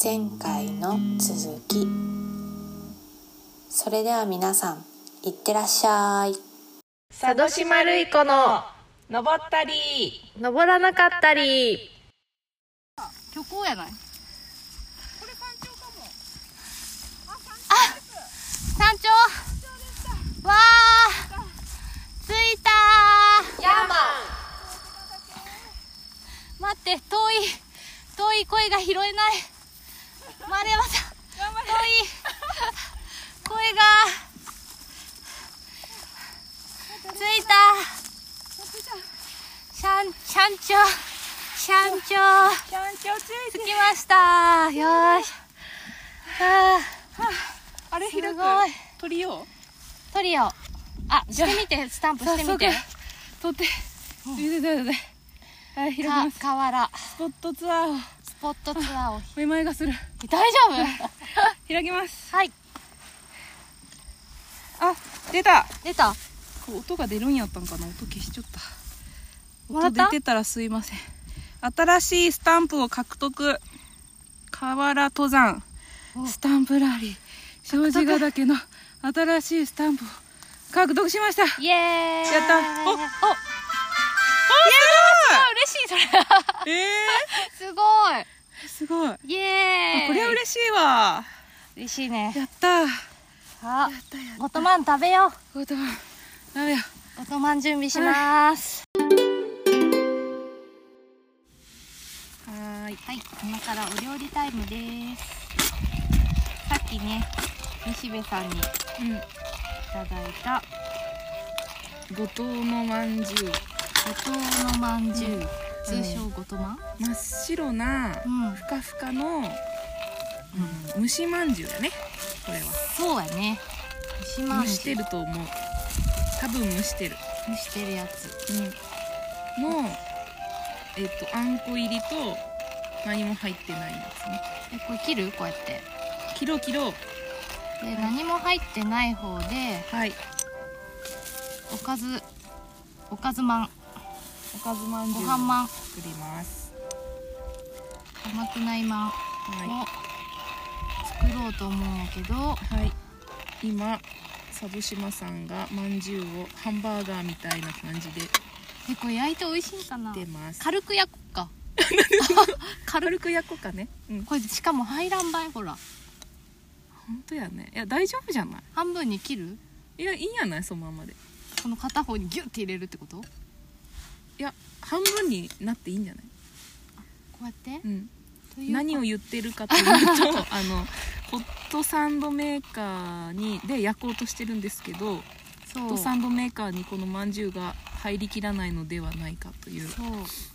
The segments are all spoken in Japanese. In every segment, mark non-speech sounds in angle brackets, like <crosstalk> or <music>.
前回の続きそれでは皆さんいってらっしゃい佐渡島るい子の登ったり登らなかったり虚構やないこれ山頂かもあ山頂わあ着いたー待って遠い遠い声が拾えない丸山さん遠い声が着いた山山頂山頂着きましたよーしああれすご開いく取りよートリオあしてみてスタンプうしてみて早速取って見ててててはい開きかます河原スポットツアーをスポットツアーをめまいがする大 <laughs> 丈開きます夫はいあ出た出たこう音が出るんやったんかな音消しちゃったもら音った出てたらすいません新しいスタンプを獲得河原登山おスタンプラリー庄司ヶ岳の新しいスタンプを獲得しましたやっイエーイたおおおお嬉し <laughs> いそれすごいえー、すすごごいあいイエーイこれは嬉しいわ嬉しいねやったーあやったやごとまん食べようごとまんダメよごとまん準備しますはーいはい今からお料理タイムですさっきね西部さんにいただいたうん五島のまんじゅう五島のまんじゅう、うん通称ごとまん真っ白なうんふかふかの、うん、蒸しまんじゅうだねこれはそうやね蒸しまん蒸しじゅてうると思う多分蒸してる、蒸してるやつうん、のえっ、とあんこ入りと何も入ってないやつねえこれ切るこうやってキロキロで何も入ってない方ではいおかずおかずまんおかずまんご飯んまん作ります甘くないまんをは作ろうと思うんやけど、い、はい、今佐渡島さんがまんじゅうをハンバーガーみたいな感じでえこれ焼いて美味しいんかな出ます軽く焼こっか軽く焼こうかねうんこれしかも入らんばいほら本当やねいや大丈夫じゃない半分に切るいやいいんやないそのままでこの片方にギュッて入れるってことこいや半分になっていいんじゃないうやって、うんという何をこ言ってるかと <laughs> いうとあのホットサンドメーカーにで焼こうとしてるんですけどホッそうトサンドメーカーにこのまんじゅうが入りきらないのではないかという、そう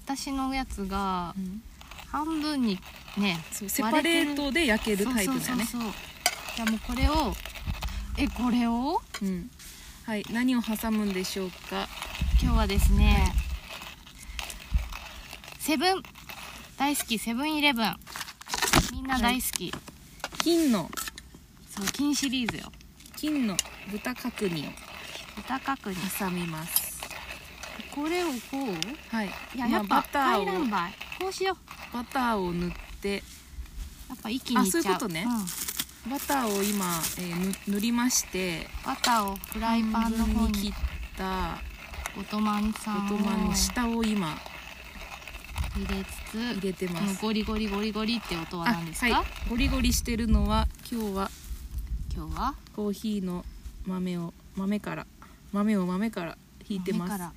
私のやつがうん半分にねそうセパレートで焼けるそうタイそうプだそようねそうじゃあもうこれをえこれをうんはい何を挟むんでしょうか今日はですね、セブン大好きセブンイレブンみんな大好き、金のそう金シリーズよ金の豚角煮を豚角煮挟みますこれをこうはいいやまやあっぱバター回を覧梅こうしようバターを塗ってやっぱ一気にいっちゃうあそういうことねんバターを今、えーぬ塗りましてバターをフライパンの半方分に切にったオトマンさんオをトマンの下を今入れつつ入れてこまのすゴリゴリゴリゴリって音はあ何ですか、はいゴリゴリしてるのは今日は今日はコーヒーの豆を豆から豆を豆から引いてます豆から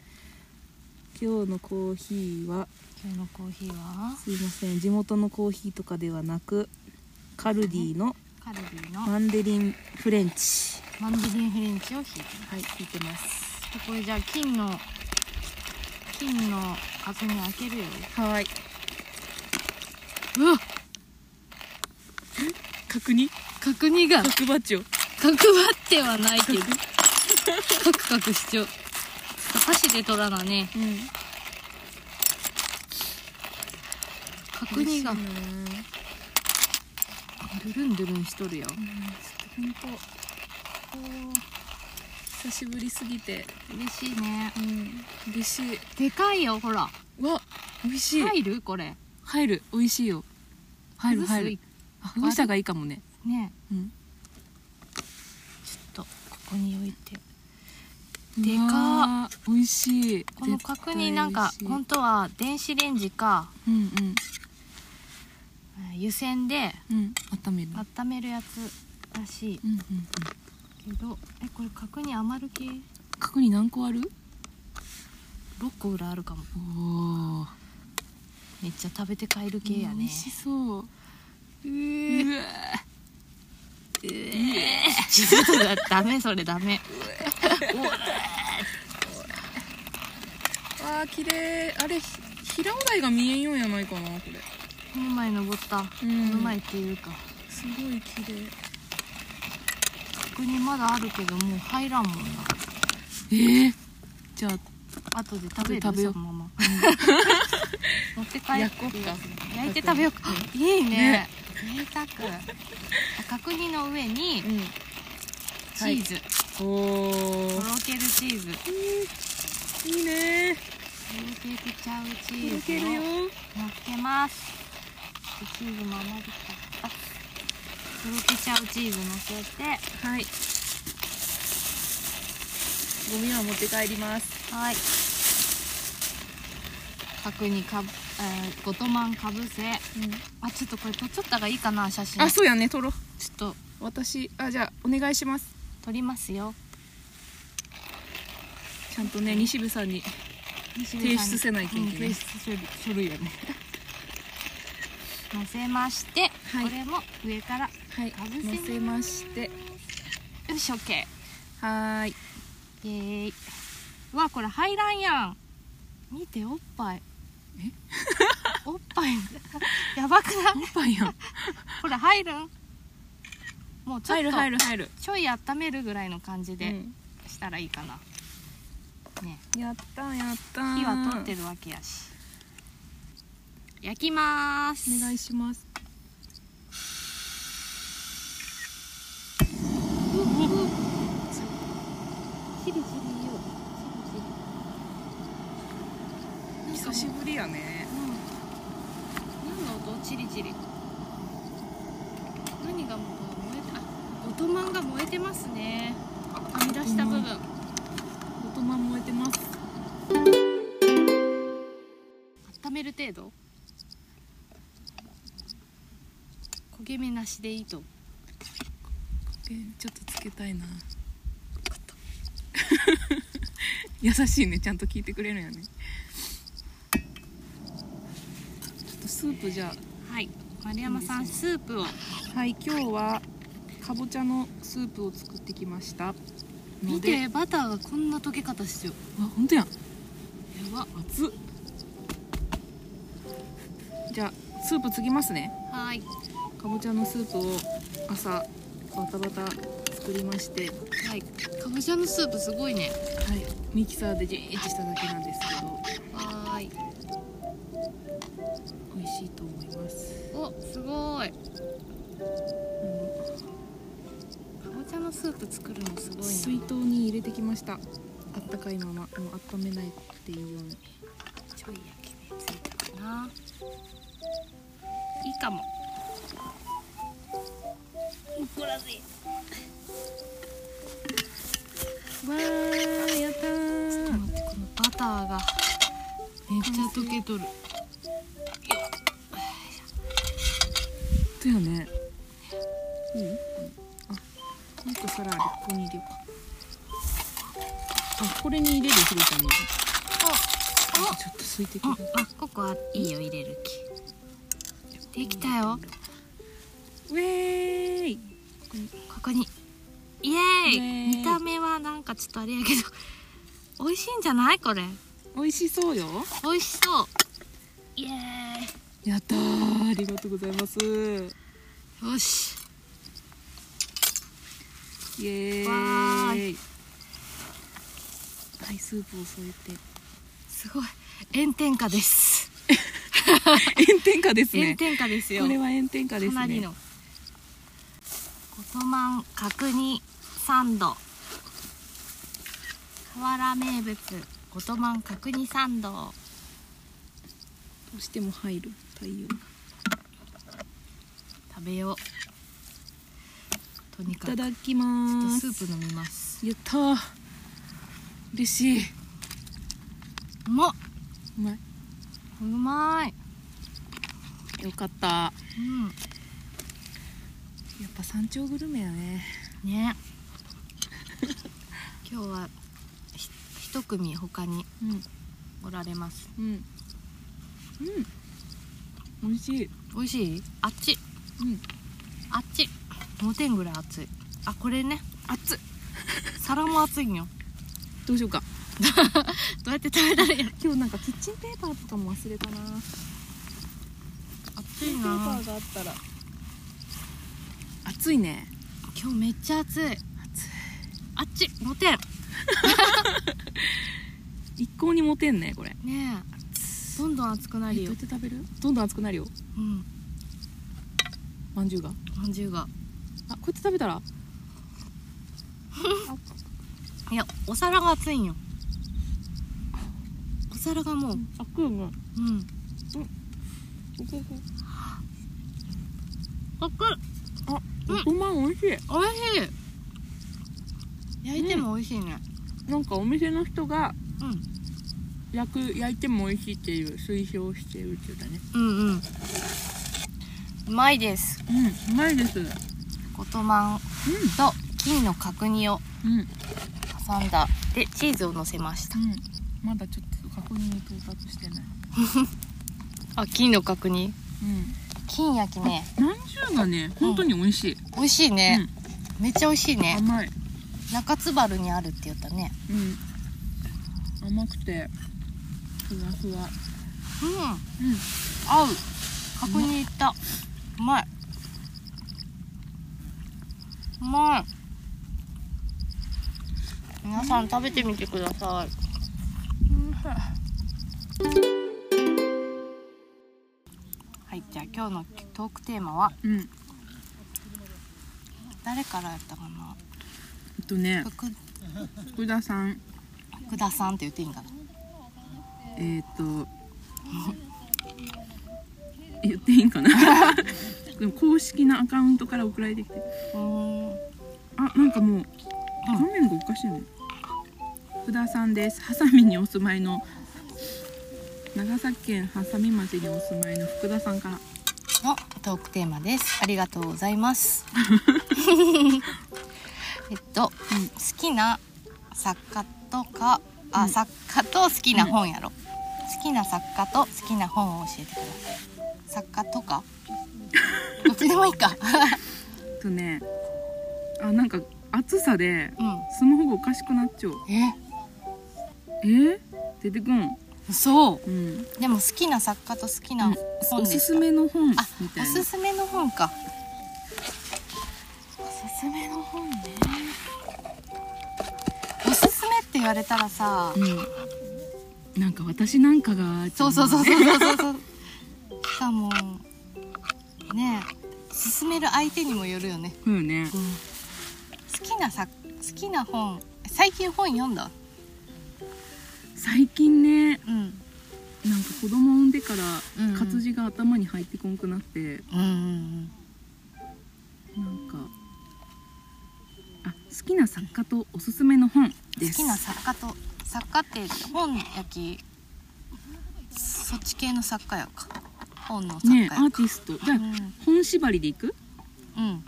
今日のコーヒーは今日のコーヒーはすいません地元のコーヒーとかではなくカルディのカルディのマンデリンフレンチマンデリンフレンチを引いてますはい引いてますでこれじゃあ金の金のあくに開けるよはーいうわ角煮角煮が角バチョ角張ってはないけどカクカクしちゃうちょっと箸で取らなねうん角美煮が味しいなドゥルンドゥルンしとるよ本当。久しぶりすぎて、嬉しいねうん、嬉しい。でかいよほらわ、美味しい。入るこれ入る、美味しいよ。入る崩入する一。あどうしたがいいかもね、ねうん、ちょっとここに置いてででかか美味しいこの角煮なんか絶対美本味しい当は電子レンジかうんえー湯煎でうんうん温める温めるやつらしいうんうんうんけどえこれ角煮余る系角煮何個ある6個裏あるかもおおめっちゃ食べて帰る系や美ね <laughs> 味しそうううーわちょっとだダメそれダメあー綺麗あれひ平尾台が見えんようやないかなこれこの前登ったこの前っていうかすごい綺麗角煮まだあるけどもう入らんもんなえー、じゃあ後で食べる食べようそのまま持って帰焼こうかって焼いて食べようかいいね贅沢角煮の上にうんチーズ、おとろけるチーズとろいいねけてちゃうチーーけズるよをのっけますでチーズも余るかあとろけちゃうチーズのせてはいゴミは持って帰りますはい角煮かぶ、えー、ごとまんかぶせあちょっとこれ撮っちゃった方がいいかな写真あそうやね撮ろうちょっと私あじゃあお願いします撮りますよちゃんとね西部さんに提出せないといけないうん提出書類 <laughs> やね載せまして、はいこれも上からはいかぶせます載せましてよし OK はーいイエーイうわこれ入らんやん見ておっぱいえ <laughs> おっぱいやばくないおっぱいやんこれ入るんもうちょ入っとる入る入るちょい温めるぐらいの感じうでんしたらいいかな、ねやったんやったん火は通ってるわけやし焼きまーすお願いしますヒリヒリよヒリヒリ久しぶりやねうん。何の音？チリチリ。何がもう燃えてあ、オトマンが燃えてますね。はみ出した部分。オ大人燃えてます温める程度。焦げ目なしでいいと。えーちょっとつけたいな <laughs> 優しいねちゃんと聞いてくれるんやねちょっとスープじゃはい。丸山さんスープを。あはい今日はかぼちゃのスープを作ってきましたの見でてバターがこんな溶け方してる。あ本当やんやば。熱っじゃあスープつきますねはい。かぼちゃのスープを朝バタバタ作りましてはいはい。かぼちゃのスープすごいね。ミキサーでジーッとしただけなんですけどはーい。美味しいと思いますお、すごい。あのかぼちゃのスープ作るのすごい水ね。筒に入れてきましたあったかいままもう温めないっていうようにちょい焼き目ついたかな。いいかも。怒らずい。わーやったー待ってこのバターがめっちゃ溶けとる。だよねうんうんあもう一個皿あるここに入れようかあこれに入れるひろちゃんのあちょっと水滴があ、あ、ここはいいよ入れる気。できたよ。ウェーイここに。イエーイエイ。ーイ見た目はなんかちょっとあれやけど、美味しいんじゃないこれ。美味しそうよ美味しそう。イエやったーありがとうございますーイ。よし。イエーイわーはいスープを添えてすごい。炎天下です。炎天下です炎ね天下ですよ。これは炎天下ですねかなりの。ことまん角煮サンド。河原名物、ことまん角煮サンド。どうしても入る太陽が食食べようとにいかたくちょっだきまとースすープ飲みますやったー嬉しいうまっうまいうまいよかったうやっぱ山頂グルメやねんね今日はひ一組他にうんおられますうんうん美味しい美味しいあっちうんあっち5点ぐらい熱いあこれね熱い皿も熱いんよどうしようかどうやって食べたらいいの今日なんかキッチンペーパーとかも忘れたな熱キッチいンペーパなーがあったら暑いね今日めっちゃ熱い熱いあっち5点一向にモテんねこれねえどんどん熱くなえどるうよやって食べるどんどん熱くなるようんまんじゅうがまんじゅうがあこうやって食べたらいやお皿が熱いんよお皿がもうあくうねうんあっくあごまん美味しおいしい焼いても美味しいねいなんかお店の人がうん焼く焼いても美味しいっていう推奨してるっていうだねうんうんうまいですうんうまいですうんことまんと金の角煮をうんうん挟んだでチーズをのせましたまだちょっと確認に到達してないあ金の角煮う金焼きねんまんじゅうがね本当に美味しい、美味しいね、めっちゃ美味しいうん、ね甘い中津原にあるって言ったねうん甘くてふわふわうんうん合う角煮いったうまいうまい皆さん食べてみてくださいはいじゃあ今日のトークテーマはうん誰からやったかなえっとね福福田さん福田さんって言っていいんかなえっ、と <laughs> 言っていいんかな <laughs> でも公式なアカウントから送られてきてうーんあなんかもう画面がおかしいね、福田さんですハサミにお住まいの長崎県ハサミ町にお住まいの福田さんからのトークテーマですありがとうございます <laughs> えっうと、ん好きな作家とかあ、作家と好きな本やろ、好きな作家と好きな本を教えてください作家と <laughs> かどっちでもいいかえっとねあなんか暑さでうんスマホがおかしくなっちゃうええー、出てこん、そううん、でも好きな作家と好きな本おですすか、すめの本あみたおいなすすめの本かおすすめの本ねおすすめって言われたらさ、うん、なんか私なんかがそうそうそうそうそうそうしかもねえ進める相手にもよるよね、そうよね好きなさ好きな本最近本読んだ最近ねうんなんか子供産んでからうんうん活字が頭に入ってこんくなって、うんうんなんかあ好きな作家とおすすめの本うんで好すきな作家と作家って本やきそっち系の作家やか本の作家ねやえか、アーティストじゃあ、本縛りでいくうんうん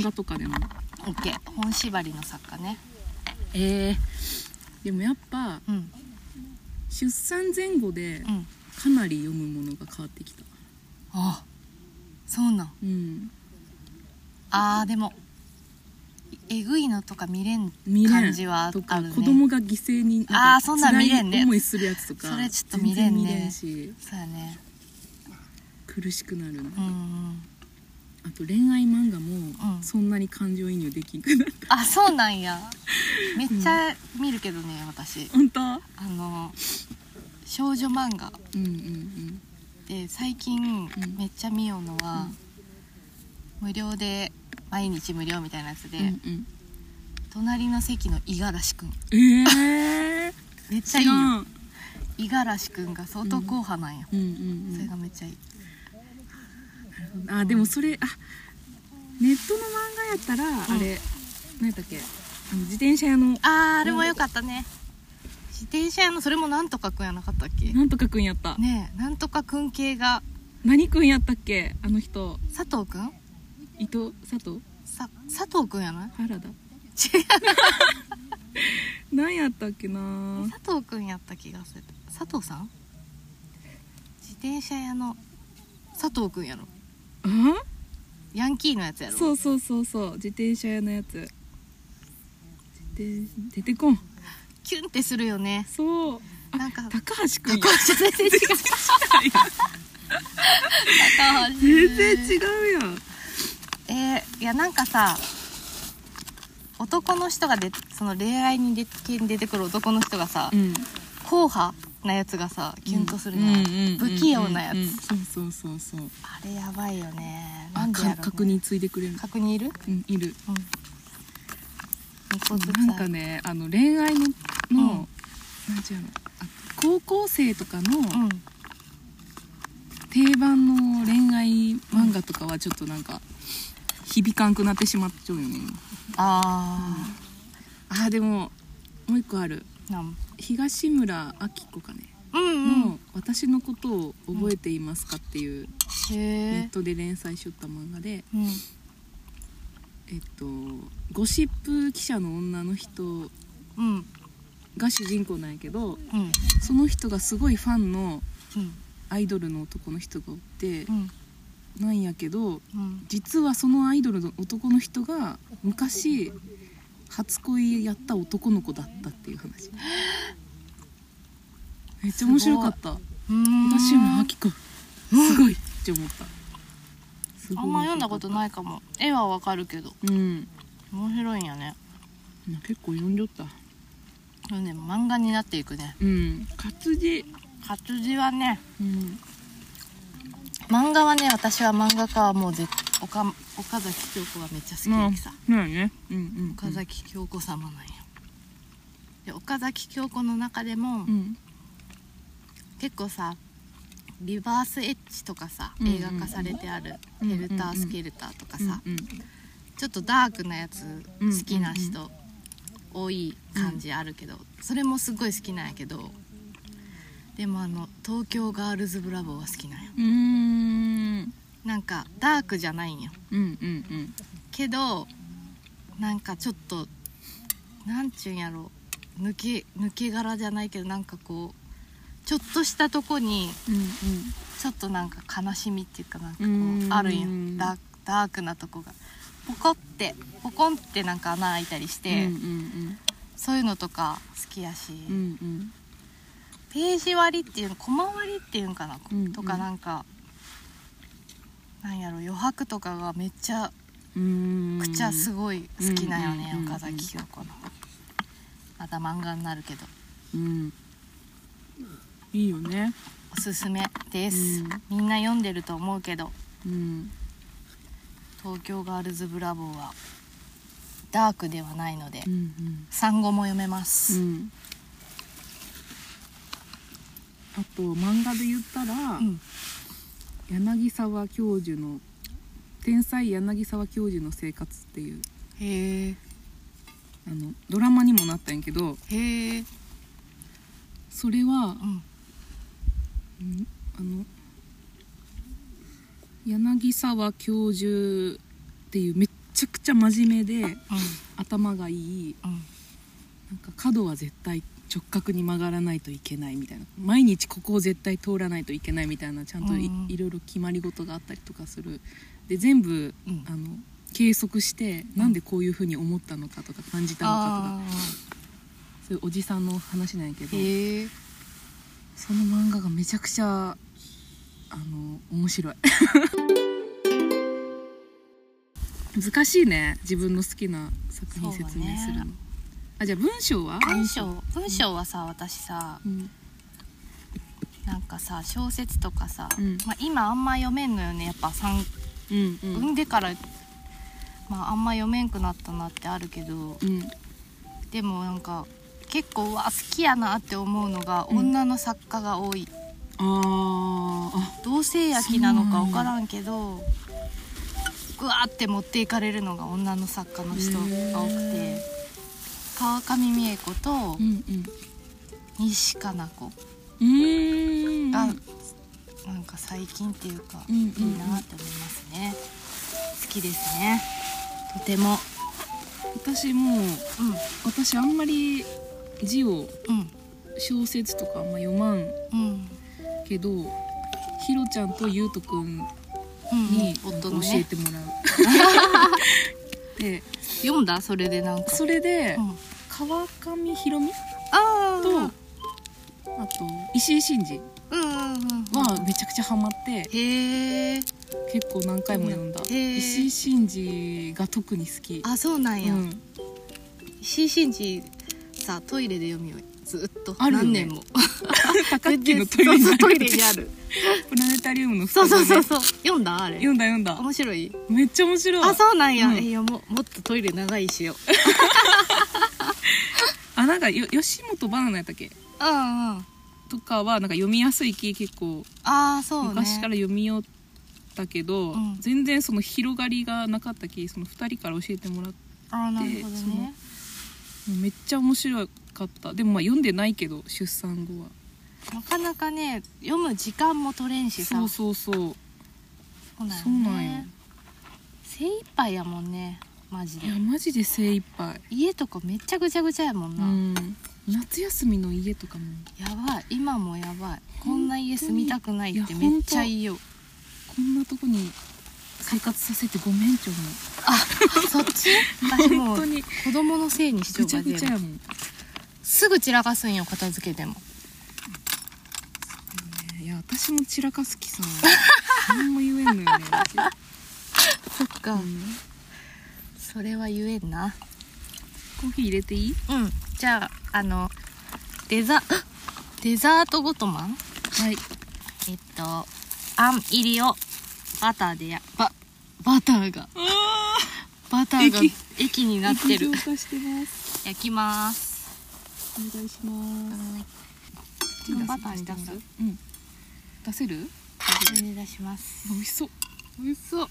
漫画とかでもオッケー本縛りの作家ねえー、でもやっぱうん出産前後でうんかなり読むものが変わってきたあそうなんうんあーでもえぐいのとか見れん見れ感んじはあるとか、ね子供が犠牲にあーそんなん見れんね辛い思いするやつとかそれちょっと見れんね全然見れんしそうやね苦しくなるなうんうんあと恋愛漫画もうんそんなに感情移入できんくなった、あそうなんやめっちゃ見るけどね私本当あの少女漫画うんうんで最近んめっちゃ見ようのは、無料で毎日無料みたいなやつで、うんうんうん隣の席の五十嵐くんええめっちー、ゃいい違うよ五十嵐くんが相当硬派なんよ、うんうそれんがめっちゃいいうんあでもそれあネットの漫画やったら、あれ何やったっけあの自転車屋のあーあれも良かったね自転車屋のそれもなんとかくんやなかったっけなんとかくんやった、ねえなんとかくん系が何くんやったっけあの人佐藤くん伊藤佐藤さ佐藤くんやない原田違う何やったっけな佐藤くんやった気がする佐藤さん自転車屋の佐藤くんやろあヤンキーのやつやろそうそうそうそう自転車屋のやつ自転出てこんキュンってするよねそうあなんか高橋くんや高橋全然違う高橋全然違うやんえー、いやなんかさ男の人がでその恋愛に出系に出てくる男の人がさ、うん硬派なやつがさキュンとするな、うんうんうんうん不器用なやつ、うんそうそうそうそうあれやばいよねなあんでやろかう、ね、確認ついてくれる確認いるうんいるうん二個ずつなんかねあの恋愛のの、うんなんちゅうのあ高校生とかうのん定番の恋愛漫画とかはちょっとなんか響かんくなってしまっちゃうよね今ああーでももう一個あるーなん東村明子かねうんの、うん私のことを覚えていますか?」っていうへネッえトで連載しよった漫画で、うんえっと、ゴシップ記者の女の人うんが主人公なんやけどうんその人がすごいファンのうんアイドルの男の人がおってうんなんやけどうん実はそのアイドルの男の人が昔初恋やった男の子だったっていう <laughs> 話めっちゃ面白かったうん東村明子すごいって思ったすごあいんま読んだことないかも絵はわかるけどうん面白いんやね結構読んじゃったでも漫画になっていくねうん活字活字はねうん漫画はね私は漫画家はもう絶岡岡崎京子がめっちゃ好きまあでさ、なんやねうんうん岡崎京子様なんやで岡崎京子の中でも、うん結構さリバースエッジとかさうんうん映画化されてある「うんうんうんヘルター・スケルター」とかさ、うんちょっとダークなやつうんうん好きな人多い感じあるけど、それもすごい好きなんやけどでもあの東京ガールズブラボーは好きなんやうんうーんなんかダークじゃないんようんうんうんけどなんかちょっとなんちゅうんやろ抜け抜け殻じゃないけどなんかこうちょっとしたとこにうんちょっとなんか悲しみっていうかなんかこううんあるんよダークダークなとこがポコってポコンってなんか穴開いたりしうて、んうんそういうのとか好きやし、うんうんうんページ割りっていうのコマ割りっていうんかな、うんうんとかなんかなんやろ余白とかがめっちゃうーんくちゃすごい好きなよね、うん岡崎京子のまた漫画になるけどうんいいよねおすすめです、うんみんな読んでると思うけどうん「東京ガールズブラボー」はダークではないので、うん産後も読めまうす、んあと漫画で言ったらうん柳沢教授の天才柳沢教授の生活っていうへえあのドラマにもなったんやけどへえそれはう、んうんあの柳沢教授っていうめっちゃくちゃ真面目で頭がいいうんなんか角は絶対直角に曲がらないといけないみたいな毎日ここを絶対通らないといけないみたいなちゃんとい,、うんうんろいろ決まり事があったりとかするで全部、うんあの計測して、なんでこういうふうに思ったのかとか感じたのかあとかそういうおじさんの話なんやけどーへえその漫画がめちゃくちゃあの面白い <laughs> 難しいね自分の好きな作品説明するそうの、だねあじゃあ文章は文章文章はさ私さうんなんかさ小説とかさ、うんまあ、今あんま読めんのよねやっぱ産うんうん産んでから、まあ、あんま読めんくなったなってあるけどうんでもなんか結構うわ好きやなって思うのが、うん女の作家が多いあーあ同性焼きなのそうかなんや分からんけどすっごうわーって持っていかれるのが女の作家の人が多くて川上美恵子とうん西加奈子うんうんが、なんか最近っていうか、うんうんうんいいなって思いますね好きですねとても私もうう私あんまり字をんうん小説とかあんま読まんうんけどひろちゃんとゆうとくんにうんなんか夫教のえねてもらう。で読んだそれでなんかそれでうん、あ川上ひろみあとあと石井真二うんうんうんはめちゃくちゃハマってへえ結構何回も読んだへー石井真二が特に好き。あそうなんうや、ん石井真二さトイレで読みよずっとあるよね何年も高木のトイレに <laughs> そうそうトイレににああるるプラネタリウムのそうそうそううそう読んだあれ読んだ読んだ面白いめっちゃ面白いあそうなんや、うんえいやももっとトイレ長 <laughs> いしよあなんかよ吉本バナナやったっけううんうんあとかはなんか読みやすいき結構あーそうね昔から読みよったけど、うん全然その広がりがなかったきその2人から教えてもらってあーなるほどそのねめっちゃ面白かったでもまあ読んでないけど出産後はなかなかね読む時間も取れんしさそうそうそうそうなんそうなんよね精一杯やもんねマジいでやマジで精一杯家とかめっちゃぐちゃぐちゃやもんうな、ん夏休みの家とかもやばい今もやばいこんな家住みたくないっていやめっちゃ言いようこんなとこに生活させてごめんちょもそっち私も本当うに子供のせいにしちぐゃうちかゃぐちゃらやもんすぐ散らかすんよ片付けてもいや私も散らかすきさ何も言え <laughs> んのよね私そっか、それは言えんなコーヒー入れていいうんじゃああのデザ <gasps> デザートごとマンはいえっとあん入りをバターでやババターがバターが液液になっ <laughs> てる液状化してます焼きますお願いしますバターに出すうん出せるそれで出します美味しそう美味しそう。あ、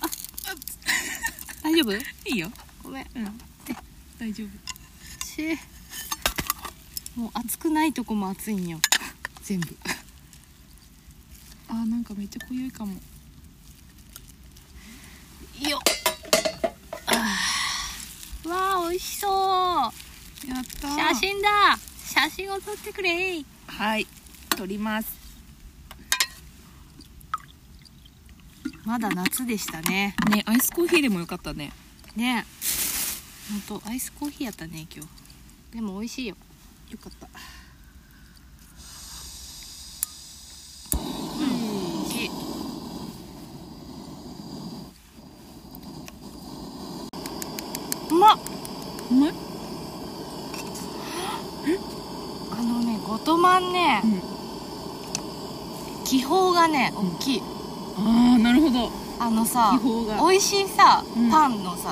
あ、大丈夫？いいよごめん。大丈夫し、もう熱くないとこも熱いんよ。全部。あーなんかめっちゃ濃ゆいかもよっ。あーわあ、美味しそう。やったー写真だ。写真を撮ってくれ。はい撮りますまだ夏でしたね。ねアイスコーヒーでもよかったねね。本当アイスコーヒーやったね今日。でも美味しいよ。よかったうん、しい。うまっ。うまいあのね、ごとまんね、うん気泡がね、大きい。あーなるほどあのさ、気泡が美味しいさうん、パンのさ、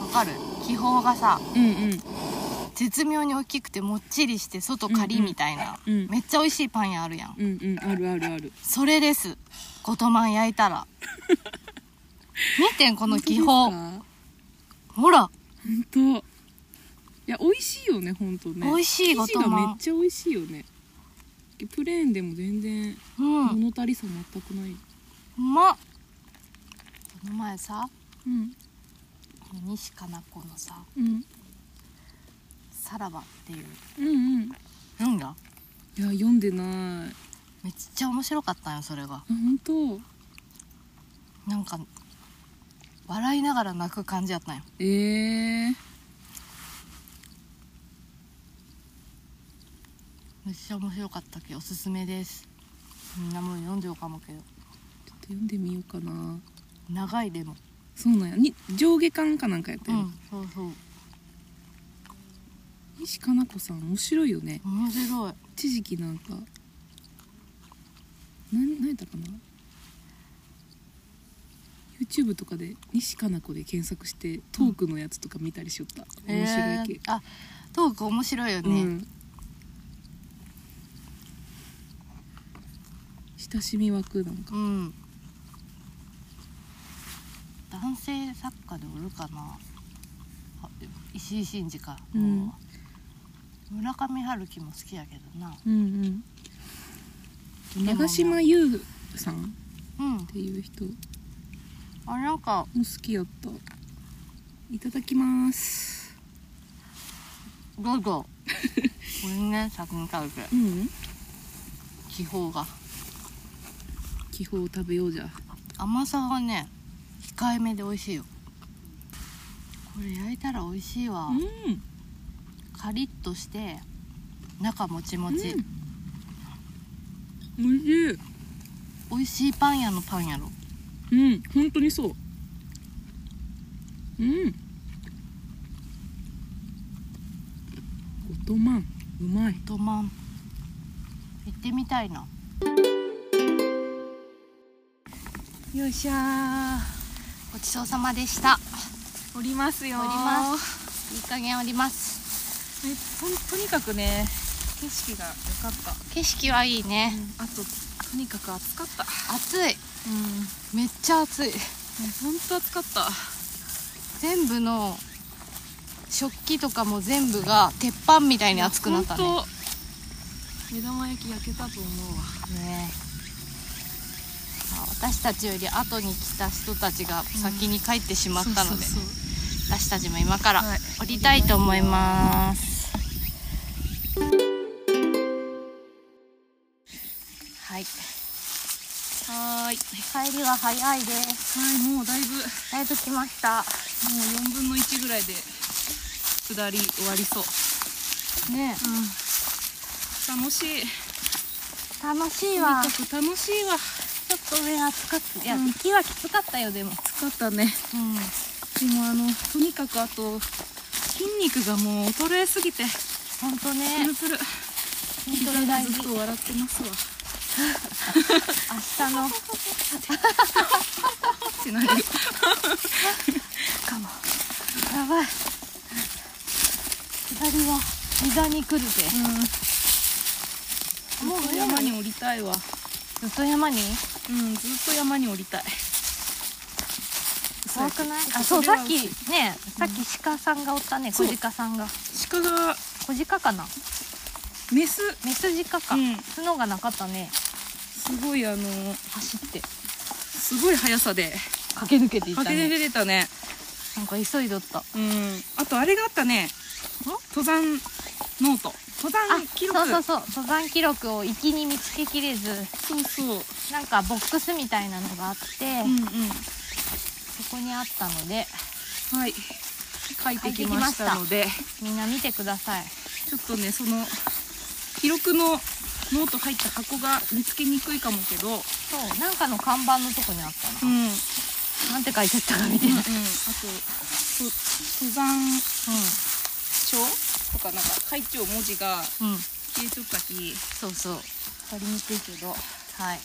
わかる気泡がさ、うんうん絶妙に大きくてもっちりして、外カリみたいな、うんうんうんめっちゃ美味しいパン屋あるやん。うんうんあるあるあるそれです。ごとまん焼いた <laughs> ら。見てん、この気本泡。ほら、当ですか本当いや美味しいよね本当ね美味しいご生地とがめまっん。ちゃ美味しいよねプレーンでも全然うん。物足りさ全くない、うまっこの前さうん西加奈子のさうん、 「さらば」っていううんうん読んだいや読んでないめっちゃ面白かったんよそれがあ本当なんか笑いながら泣く感じやったんよえー、めっちゃ面白かったけどおすすめですみんなもう読んでようかもけどちょっと読んでみようかな長いでもそうなんやに上下巻かなんかやったうよ、んそうそう西加奈子さん面白いよね面白い一時期なんかなん何やったかな YouTube とかで西加奈子で検索してトークのやつとか見たりしよった、面白いえ系ー、あトーク面白いようねん親しみ枠なんかうん、男性作家でおるかなあ石井真二か、うん村上春樹も好きやけどなうんうん長島優さんっうんていう人もあなんか好きやったいただきますどう <laughs> ぞごめんね先に食べてうん気泡が気泡食べようじゃ甘さがね控えめで美味しいよこれ焼いたら美味しいわうんカリッとして中もちもち、うんおいしい美味しいパン屋のパンやろうん本当にそううんオトマンうまいドマン行ってみたいなよいしゃごちそうさまでしたおりますよ降りますいい加減降りますすととにかくね景色が良かった景色はいいね、あととにかく暑かった暑ういんねめっちゃ暑い本当暑かった全部の食器とかも全部が鉄板みたいに熱くなったね本当目玉焼き焼けたと思うわねまあ私たちより後に来た人たちが先に帰ってしまったので、そうそうそう私たちも今からはい降りたいと思います。はい。はーい。帰りは早いです。はいもうだいぶもうだいぶ来ました。 4分の1ぐらいで下り終わりそうね楽しいえ、楽しいとにわか。く楽しいわちょっと上暑かった。いや、うん行きはきつかったよでも。暑かったねうん。でもあのとにかくあと筋肉がもう衰えすぎて本当プねル。プル本当膝がに大事ずっ。と笑ってますわ明日のってなるよかも。やばい。下りは膝に来るぜ。うんももうう上山に降りたいわずっと山にうんずっと山に降りたい怖くない嘘やけどあそうさっきれはねさっき鹿さんがおったねそ小う鹿さんが鹿が小鹿かなメスメス鹿か、うん角がなかったねすごいあの走ってすごい速さで駆け抜けていった駆けね出れたねなんか急いどったうんあとあれがあったね登山ノート登あ山記録そうそうそう登山記録を粋に見つけきれずそうそうなんかボックスみたいなのがあって、うんうんそこにあったのではい書いてきましたのでみんな見てくださいちょっとねその記録のノート入った箱が見つけにくいかもけどそうなんかの看板のとこにあったうな、ん、うん、あなんて書いてあったかみたいな、うん、とと登山帳とかなんか書いてる文字がうん、消えちょったきそうそう分かりにくいけどはい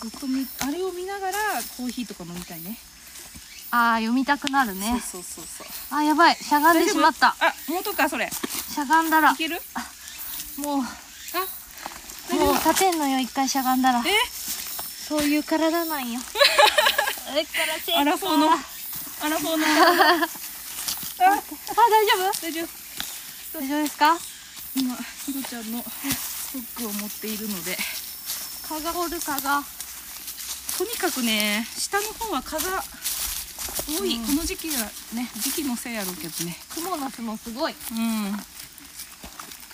ずっとみあれを見ながらコーヒーとか飲みたいねあー読みたくなるねそうそうそうそうあ、やばい。しゃがんでしまった。あ元かそれいしゃがんだら、けるもう、あ大丈も夫う立てんのよ、一回しゃがんだら。えそういう体なんよ。 <laughs> あれからせアラフォーのあ、アラフォーのあ <laughs> 大丈夫大丈夫大丈夫ですか今ひろちゃんのストックを持っているので蚊がおる蚊が。とにかくね下の方は蚊が多い、うんこの時期がね時期のせいやろうけどね雲の巣もすごい。うん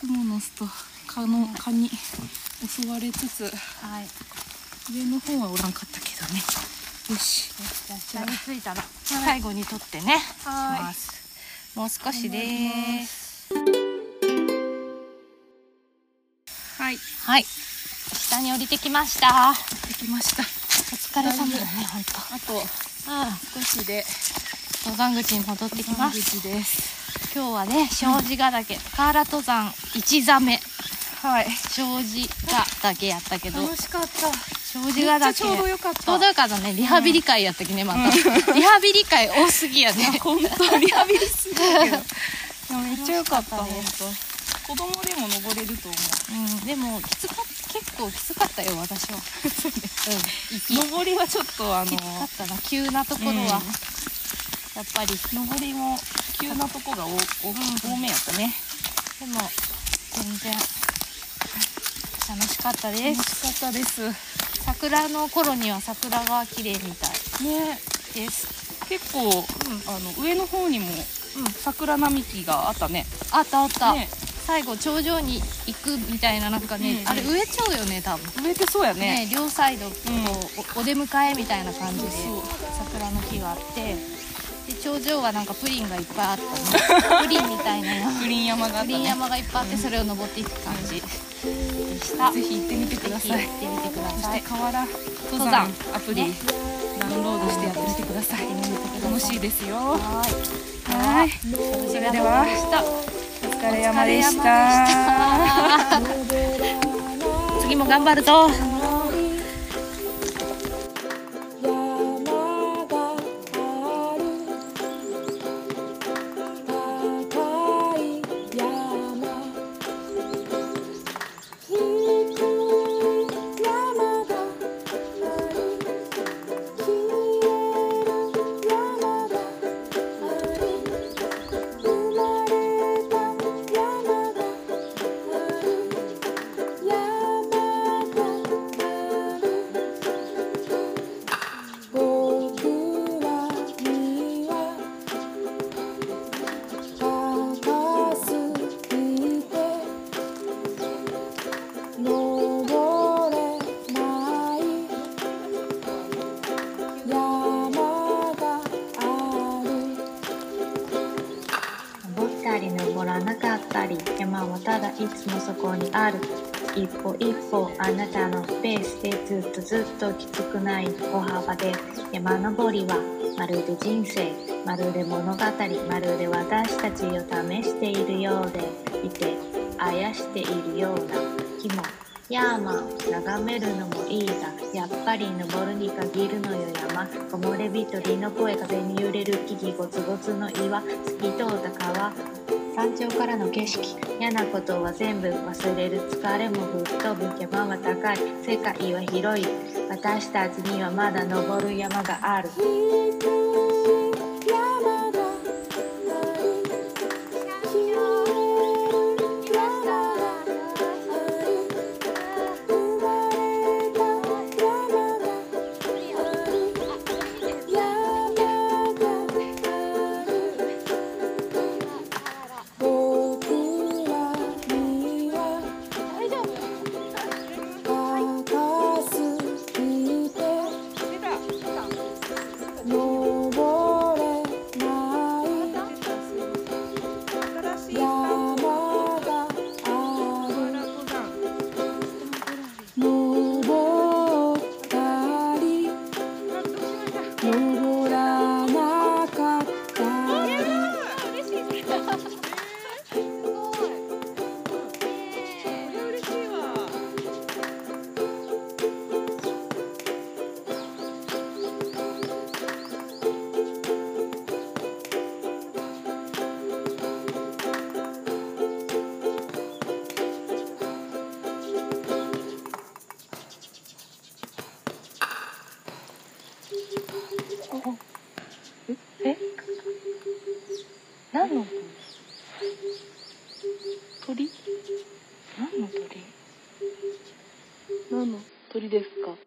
クモの巣と蚊の蚊に襲われつつはい。よ上の方はおらんかったけどねよししじゃあ下についたら、最後に取ってね。はいます。もう少しです。はいはい。下に降りてきました。おできました疲れ様だね、ほんと。あとうん。少しで登山口に戻ってき山ます。口です今日はね庄司ヶ岳河原登山1座目はい庄司ヶ岳やったけど楽しかった庄め司ヶっちゃ岳ちょうどよかったちょ <laughs> うどよかったねリハビリ会やったきねまた、リハビリ会多すぎやね <laughs> 本当リハビリすぎたけどいやめっちゃよかった本楽しかったね当子供でも登れると思うんでもきつか結構きつかったよ私 <laughs> はうんう登りはちょっとあのきつかったな急なところは、うんやっぱり登りも急なとこが多多多めやったねでも全然楽しかったで楽すしかったです桜の頃には桜が綺麗みたいねです結構、あの上の方にも、桜並木があったねあったあった、ね最後頂上に行くみたいななんかね、うんあれ植えちゃうよね多分植えてそうやねね両サイドこう、おお出迎えみたいな感じでそう桜の木があってで頂上はなんかプリンがいっぱいあ <laughs> ったねプリンみたいな山グリーン山があったプリンね山がいっぱいあってそれを登っていく感じでしたぜひ行ってみてくださいぜひ行ってみてくだそしさてい河原登登山山アプリ、ねダウンロードしてやってみてください楽しいですよはいはいそれではお疲れ様でしたお疲れ様でした次も頑張るぞ登ったり登らなかったり山はただいつもそこにある一歩一歩あなたのペースでずっとずっときつくない歩幅で山登りはまるで人生まるで物語まるで私たちを試しているようでいてあやしているような気もヤーマン眺めるのもいいがやっぱり登るに限るのよ山木漏れ日鳥の声風に揺れる木々ゴツゴツの岩透き通った川山頂からの景色嫌なことは全部忘れる疲れも吹っ飛ぶ山は高い世界は広い私たちにはまだ登る山がある何の鳥ですか